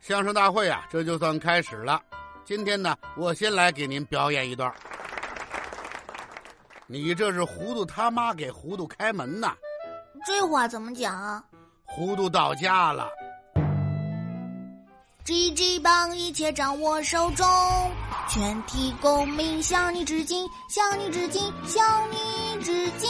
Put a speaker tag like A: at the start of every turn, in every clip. A: 相声大会啊，这就算开始了。今天呢，我先来给您表演一段儿。你这是糊涂他妈给糊涂开门呐！
B: 这话怎么讲啊？
A: 糊涂到家了，
B: g G 帮一切掌握手中，全体公民向你致敬，向你致敬，向你致敬。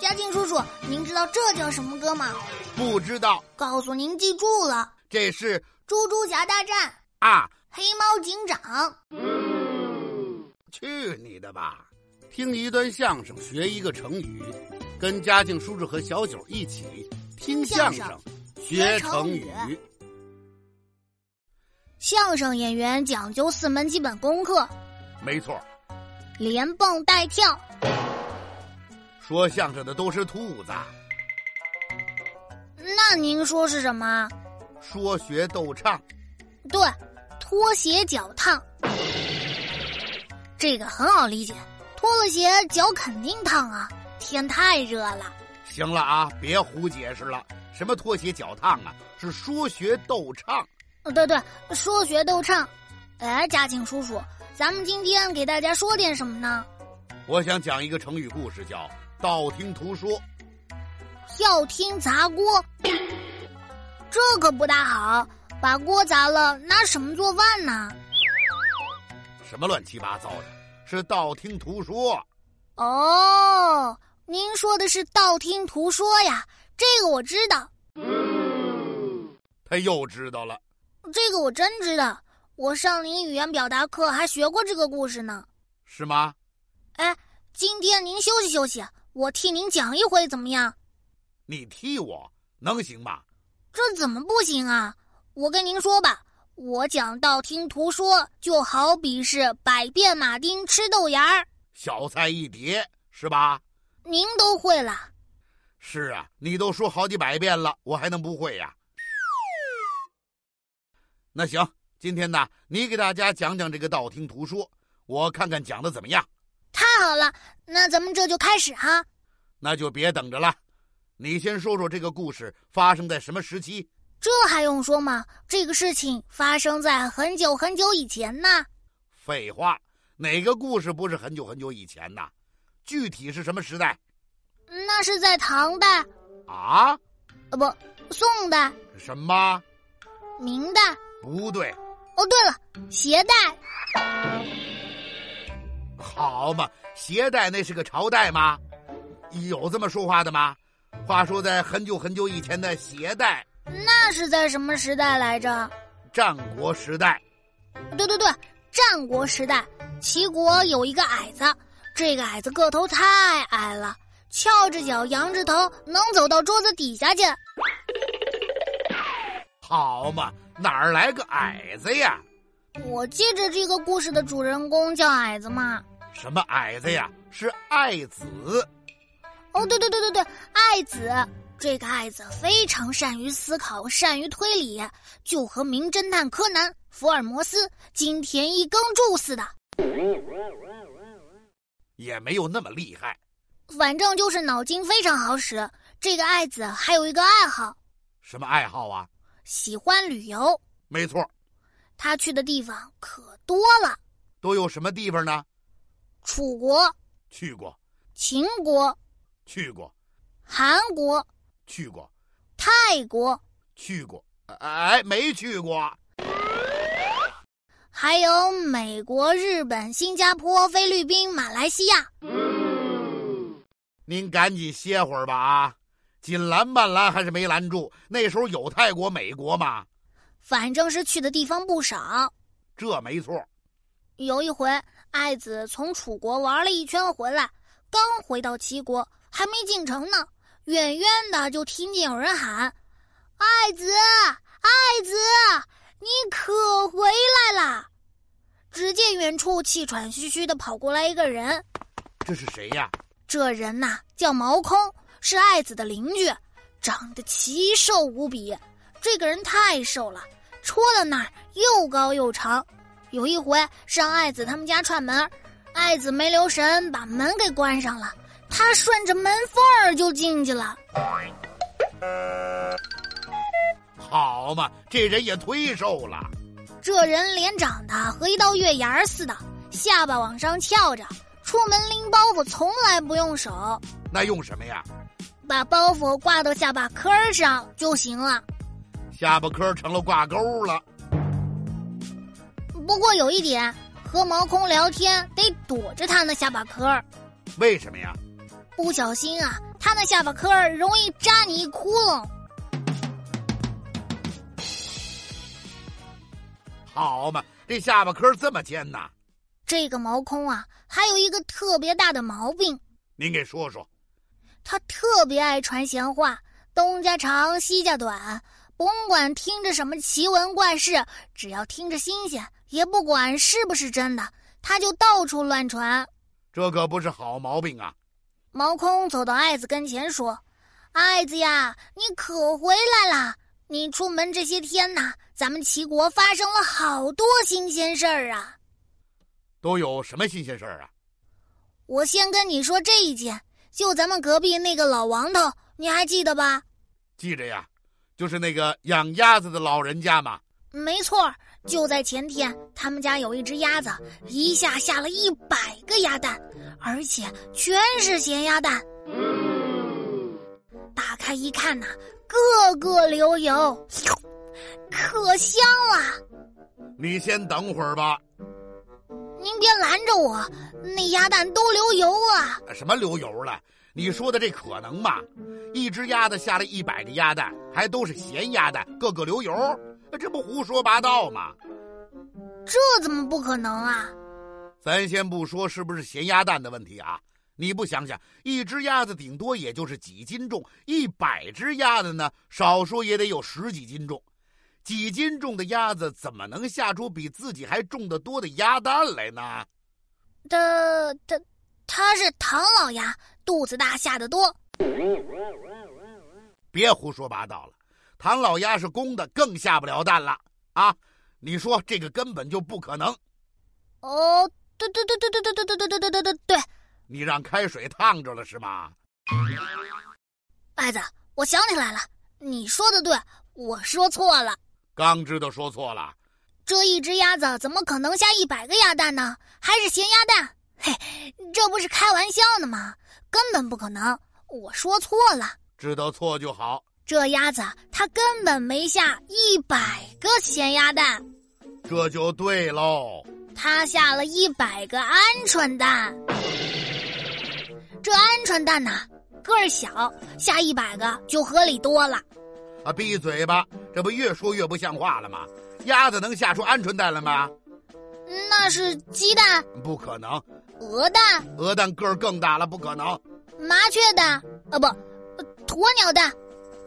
B: 嘉靖叔叔，您知道这叫什么歌吗？
A: 不知道
B: 告诉您，记住了，
A: 这是
B: 《猪猪侠大战
A: 啊，
B: 黑猫警长》。
A: 去你的吧！听一段相声，学一个成语，跟嘉靖叔叔和小九一起听相声
B: 相，
A: 学
B: 学
A: 成
B: 成
A: 语
B: 语。相声演员讲究四门基本功课：
A: 没错，
B: 连蹦带跳、
A: 说相声的都是兔子，
B: 那您说是什么？
A: 说学逗唱。
B: 对，脱鞋脚烫，这个很好理解。脱了鞋，脚肯定烫啊！天太热了。
A: 行了啊，别胡解释了。什么拖鞋脚烫啊，是说学逗唱。
B: 呃对对，说学逗唱。哎，嘉庆叔叔，咱们今天给大家说点什么呢？
A: 我想讲一个成语故事，叫“道听途说
B: 要听砸锅，这可不大好。把锅砸了，拿什么做饭呢？”，
A: 什么乱七八糟的，是道听途说。
B: 哦，您说的是道听途说呀？这个我知道。
A: 他又知道了，
B: 这个我真知道，我上您语言表达课还学过这个故事呢。
A: 是吗？
B: 今天您休息休息，我替您讲一回怎么样？
A: 你踢我能行吗？
B: 这怎么不行啊？我跟您说吧，我讲道听途说，就好比是百变马丁吃豆芽儿，
A: 小菜一碟是吧？
B: 您都会了。
A: 是啊，你都说好几百遍了，我还能不会呀、那行，今天呢，你给大家讲讲这个道听途说，我看看讲的怎么样。
B: 太好了，那咱们这就开始哈、
A: 那就别等着了，你先说说这个故事发生在什么时期？
B: 这还用说吗？这个事情发生在很久很久以前呢。
A: 废话，哪个故事不是很久很久以前呐？具体是什么时代
B: 那是在唐代，
A: 啊？
B: 呃不，宋代、
A: 什么？
B: 明代。
A: 不对，
B: 哦，对了，携带。
A: 好嘛，携带那是个朝代吗？有这么说话的吗？话说在很久很久以前的携带，
B: 那是在什么时代来着？
A: 战国时代，
B: 对对对，战国时代，齐国有一个矮子，这个矮子个头太矮了，翘着脚扬着头，能走到桌子底下去。
A: 好嘛，哪儿来个矮子呀？
B: 我记着这个故事的主人公叫矮子嘛。
A: 什么矮子呀？是爱子。
B: 哦，对对对对对，爱子。这个爱子非常善于思考，善于推理，就和名侦探柯南、福尔摩斯、金田一耕助似的，
A: 也没有那么厉害。
B: 反正就是脑筋非常好使。这个爱子还有一个爱好，
A: 什么爱好啊？
B: 喜欢旅游，
A: 没错，
B: 他去的地方可多了：
A: 都有什么地方呢？
B: 楚国、
A: 去过，
B: 秦国、
A: 去过，
B: 韩国、
A: 去过，
B: 泰国，
A: 去过。哎，没去过。
B: 还有美国、日本、新加坡、菲律宾、马来西亚。
A: 您赶紧歇会儿吧啊！紧拦慢拦还是没拦住。那时候有泰国、美国吗？
B: 反正是去的地方不少。
A: 这没错。
B: 有一回，爱子从楚国玩了一圈回来，刚回到齐国，还没进城呢，远远的就听见有人喊：“爱子，爱子，你可回来啦！”只见远处气喘吁吁的跑过来一个人，
A: 这是谁呀？
B: 这人呐、叫毛空，是爱子的邻居，长得奇瘦无比。这个人太瘦了，戳到哪儿又高又长。有一回上爱子他们家串门，爱子没留神把门给关上了，他顺着门缝儿就进去了。
A: 好嘛，这人也忒瘦了。
B: 这人脸长得和一道月牙儿似的，下巴往上翘着，出门拎包袱从来不用手，
A: 那用什么呀？
B: 把包袱挂到下巴颏儿上就行了。
A: 下巴颏成了挂钩了。
B: 不过有一点，和毛空聊天得躲着他那下巴颏儿，
A: 为什么呀？
B: 不小心啊，他那下巴颏儿容易扎你一窟窿。
A: 好嘛，这下巴颏这么尖呐？
B: 这个毛空啊，还有一个特别大的毛病，
A: 您给说说。
B: 他特别爱传闲话，东家长西家短，甭管听着什么奇闻怪事，只要听着新鲜，也不管是不是真的，他就到处乱传。
A: 这可不是好毛病啊！
B: 毛空走到爱子跟前说：“爱子呀，你可回来啦！你出门这些天呐，咱们齐国发生了好多新鲜事儿啊！
A: 都有什么新鲜事儿啊？
B: 我先跟你说这一件，就咱们隔壁那个老王头，你还记得吧？
A: 记着呀，就是那个养鸭子的老人家嘛。
B: 没错儿，就在前天，他们家有一只鸭子，一下下了一百个鸭蛋，而且全是咸鸭蛋。打开一看呐、个个流油，可香了。
A: 你先等会儿吧。
B: 您别拦着我，那鸭蛋都流油了。
A: 什么流油了？你说的这可能吗？一只鸭子下了一百个鸭蛋，还都是咸鸭蛋，个个流油，这不胡说八道吗？
B: 这怎么不可能啊？
A: 咱先不说是不是咸鸭蛋的问题啊，你不想想，一只鸭子顶多也就是几斤重，一百只鸭子呢，少说也得有十几斤重。几斤重的鸭子怎么能下出比自己还重得多的鸭蛋来呢？
B: 它它它是唐老鸭，肚子大下的多。
A: 别胡说八道了，唐老鸭是公的，更下不了蛋了啊！你说这个根本就不可能。
B: 哦，对对对对对对对对对对对对对对，
A: 你让开水烫着了是吗？
B: 爱哎子，我想起来了，你说的对，我说错了。
A: 刚知道说错了，
B: 这一只鸭子怎么可能下一百个鸭蛋呢？还是咸鸭蛋？嘿，这不是开玩笑呢吗？根本不可能，我说错了。
A: 知道错就好。
B: 这鸭子它根本没下一百个咸鸭蛋，
A: 这就对喽。
B: 它下了一百个鹌鹑蛋。这鹌鹑蛋呐、个儿小，下一百个就合理多了。
A: 啊，闭嘴吧！这不越说越不像话了吗？鸭子能下出鹌鹑蛋来吗？
B: 嗯那是鸡蛋、
A: 不可能，
B: 鹅蛋、
A: 鹅蛋个儿更大了，不可能。
B: 麻雀蛋啊，不，呃鸵鸟蛋。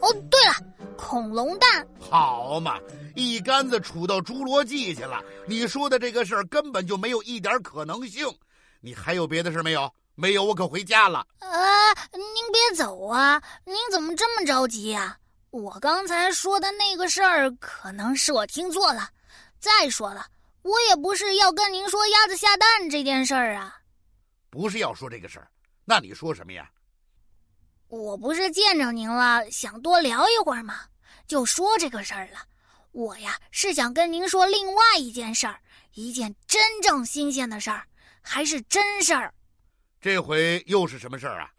B: 哦，对了，恐龙蛋。
A: 好嘛，一竿子杵到侏罗纪去了。你说的这个事儿根本就没有一点可能性。你还有别的事儿没有？没有，我可回家了。
B: 呃，您别走啊！您怎么这么着急呀、我刚才说的那个事儿，可能是我听错了。再说了，我也不是要跟您说鸭子下蛋这件事儿啊。
A: 不是要说这个事儿，那你说什么呀？
B: 我不是见着您了，想多聊一会儿嘛，就说这个事儿了。我呀是想跟您说另外一件事儿，一件真正新鲜的事儿，还是真事儿。
A: 这回又是什么事儿啊？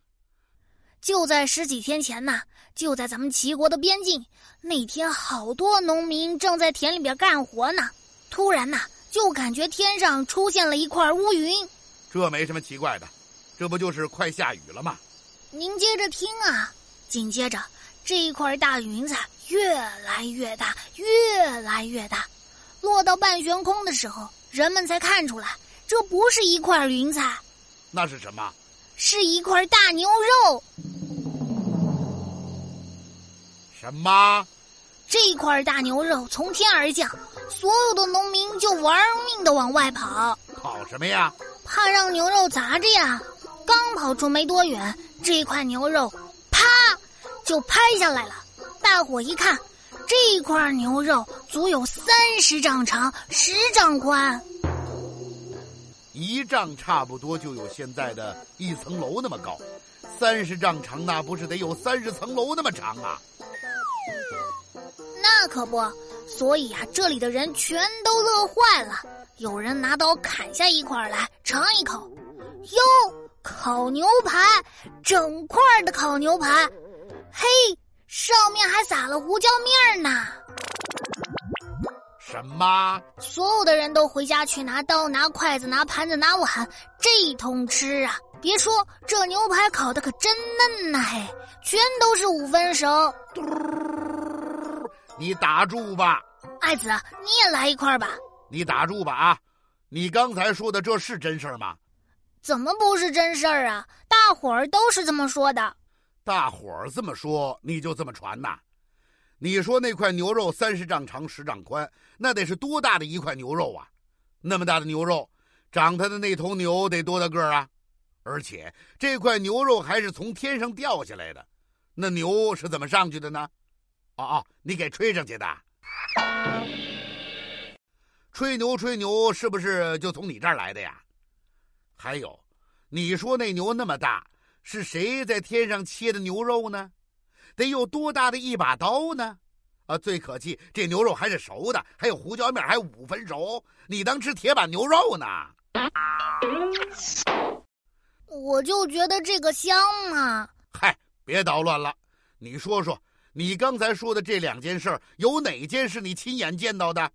B: 就在十几天前呐，就在咱们齐国的边境，那天好多农民正在田里边干活呢，突然呐，就感觉天上出现了一块乌云。
A: 这没什么奇怪的，这不就是快下雨了吗？
B: 您接着听啊，紧接着这一块大云彩越来越大，越来越大，落到半悬空的时候，人们才看出来，这不是一块云彩，
A: 那是什么？
B: 是一块大牛肉。
A: 什么？
B: 这块大牛肉从天而降，所有的农民就玩命的往外跑，
A: 跑什么呀？
B: 怕让牛肉砸着呀。刚跑出没多远，这块牛肉啪就拍下来了。大伙一看，这块牛肉足有三十丈长，十丈宽。
A: 一丈差不多就有现在的一层楼那么高，三十丈长，那不是得有三十层楼那么长啊？
B: 那可不，所以啊，这里的人全都乐坏了。有人拿刀砍下一块来尝一口，哟，烤牛排，整块的烤牛排，嘿，上面还撒了胡椒面呢。
A: 什么？
B: 所有的人都回家去拿刀、拿筷子、拿盘子、拿碗，这一通吃啊！别说这牛排烤的可真嫩呐、嘿，全都是五分熟。
A: 你打住吧，
B: 爱子，啊你也来一块儿吧？
A: 你打住吧啊！你刚才说的这是真事儿吗？
B: 怎么不是真事儿啊？大伙儿都是这么说的。
A: 大伙儿这么说，你就这么传呐？你说那块牛肉三十丈长，十丈宽，那得是多大的一块牛肉啊？那么大的牛肉，长它的那头牛得多大个儿啊？而且这块牛肉还是从天上掉下来的，那牛是怎么上去的呢？哦哦，你给吹上去的。吹牛吹牛，是不是就从你这儿来的呀？还有，你说那牛那么大，是谁在天上切的牛肉呢？得有多大的一把刀呢？啊，最可气，这牛肉还是熟的，还有胡椒面，还五分熟，你当吃铁板牛肉呢？
B: 我就觉得这个香嘛，
A: 嗨，别捣乱了，你说说，你刚才说的这两件事儿，有哪件是你亲眼见到的？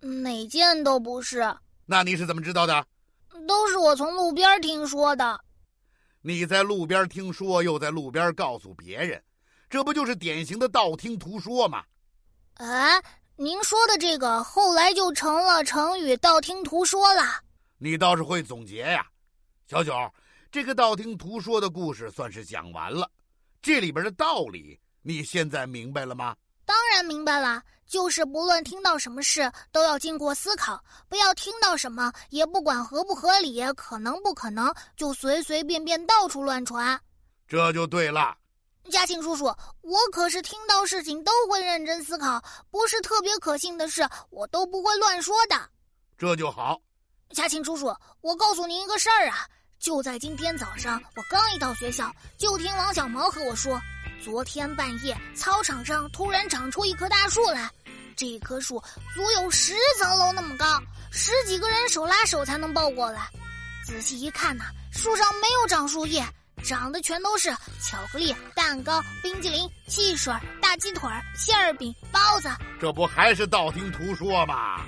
B: 哪件都不是，
A: 那你是怎么知道的？
B: 都是我从路边儿听说的。
A: 你在路边听说，又在路边告诉别人，这不就是典型的道听途说吗？
B: 哎，您说的这个后来就成了成语“道听途说”了。
A: 你倒是会总结呀，小九，这个道听途说的故事算是讲完了，这里边的道理你现在明白了吗？
B: 当然明白了，就是不论听到什么事，都要经过思考，不要听到什么也不管合不合理、可能不可能，就随随便便到处乱传。
A: 这就对了。
B: 嘉庆叔叔，我可是听到事情都会认真思考，不是特别可信的事，我都不会乱说的。
A: 这就好。
B: 嘉庆叔叔，我告诉您一个事儿啊，就在今天早上，我刚一到学校，就听王小毛和我说，昨天半夜操场上突然长出一棵大树来，这棵树足有十层楼那么高，十几个人手拉手才能抱过来。仔细一看呐、树上没有长树叶，长的全都是巧克力、蛋糕、冰激凌、汽水、大鸡腿、馅儿饼、包子。
A: 这不还是道听途说吗？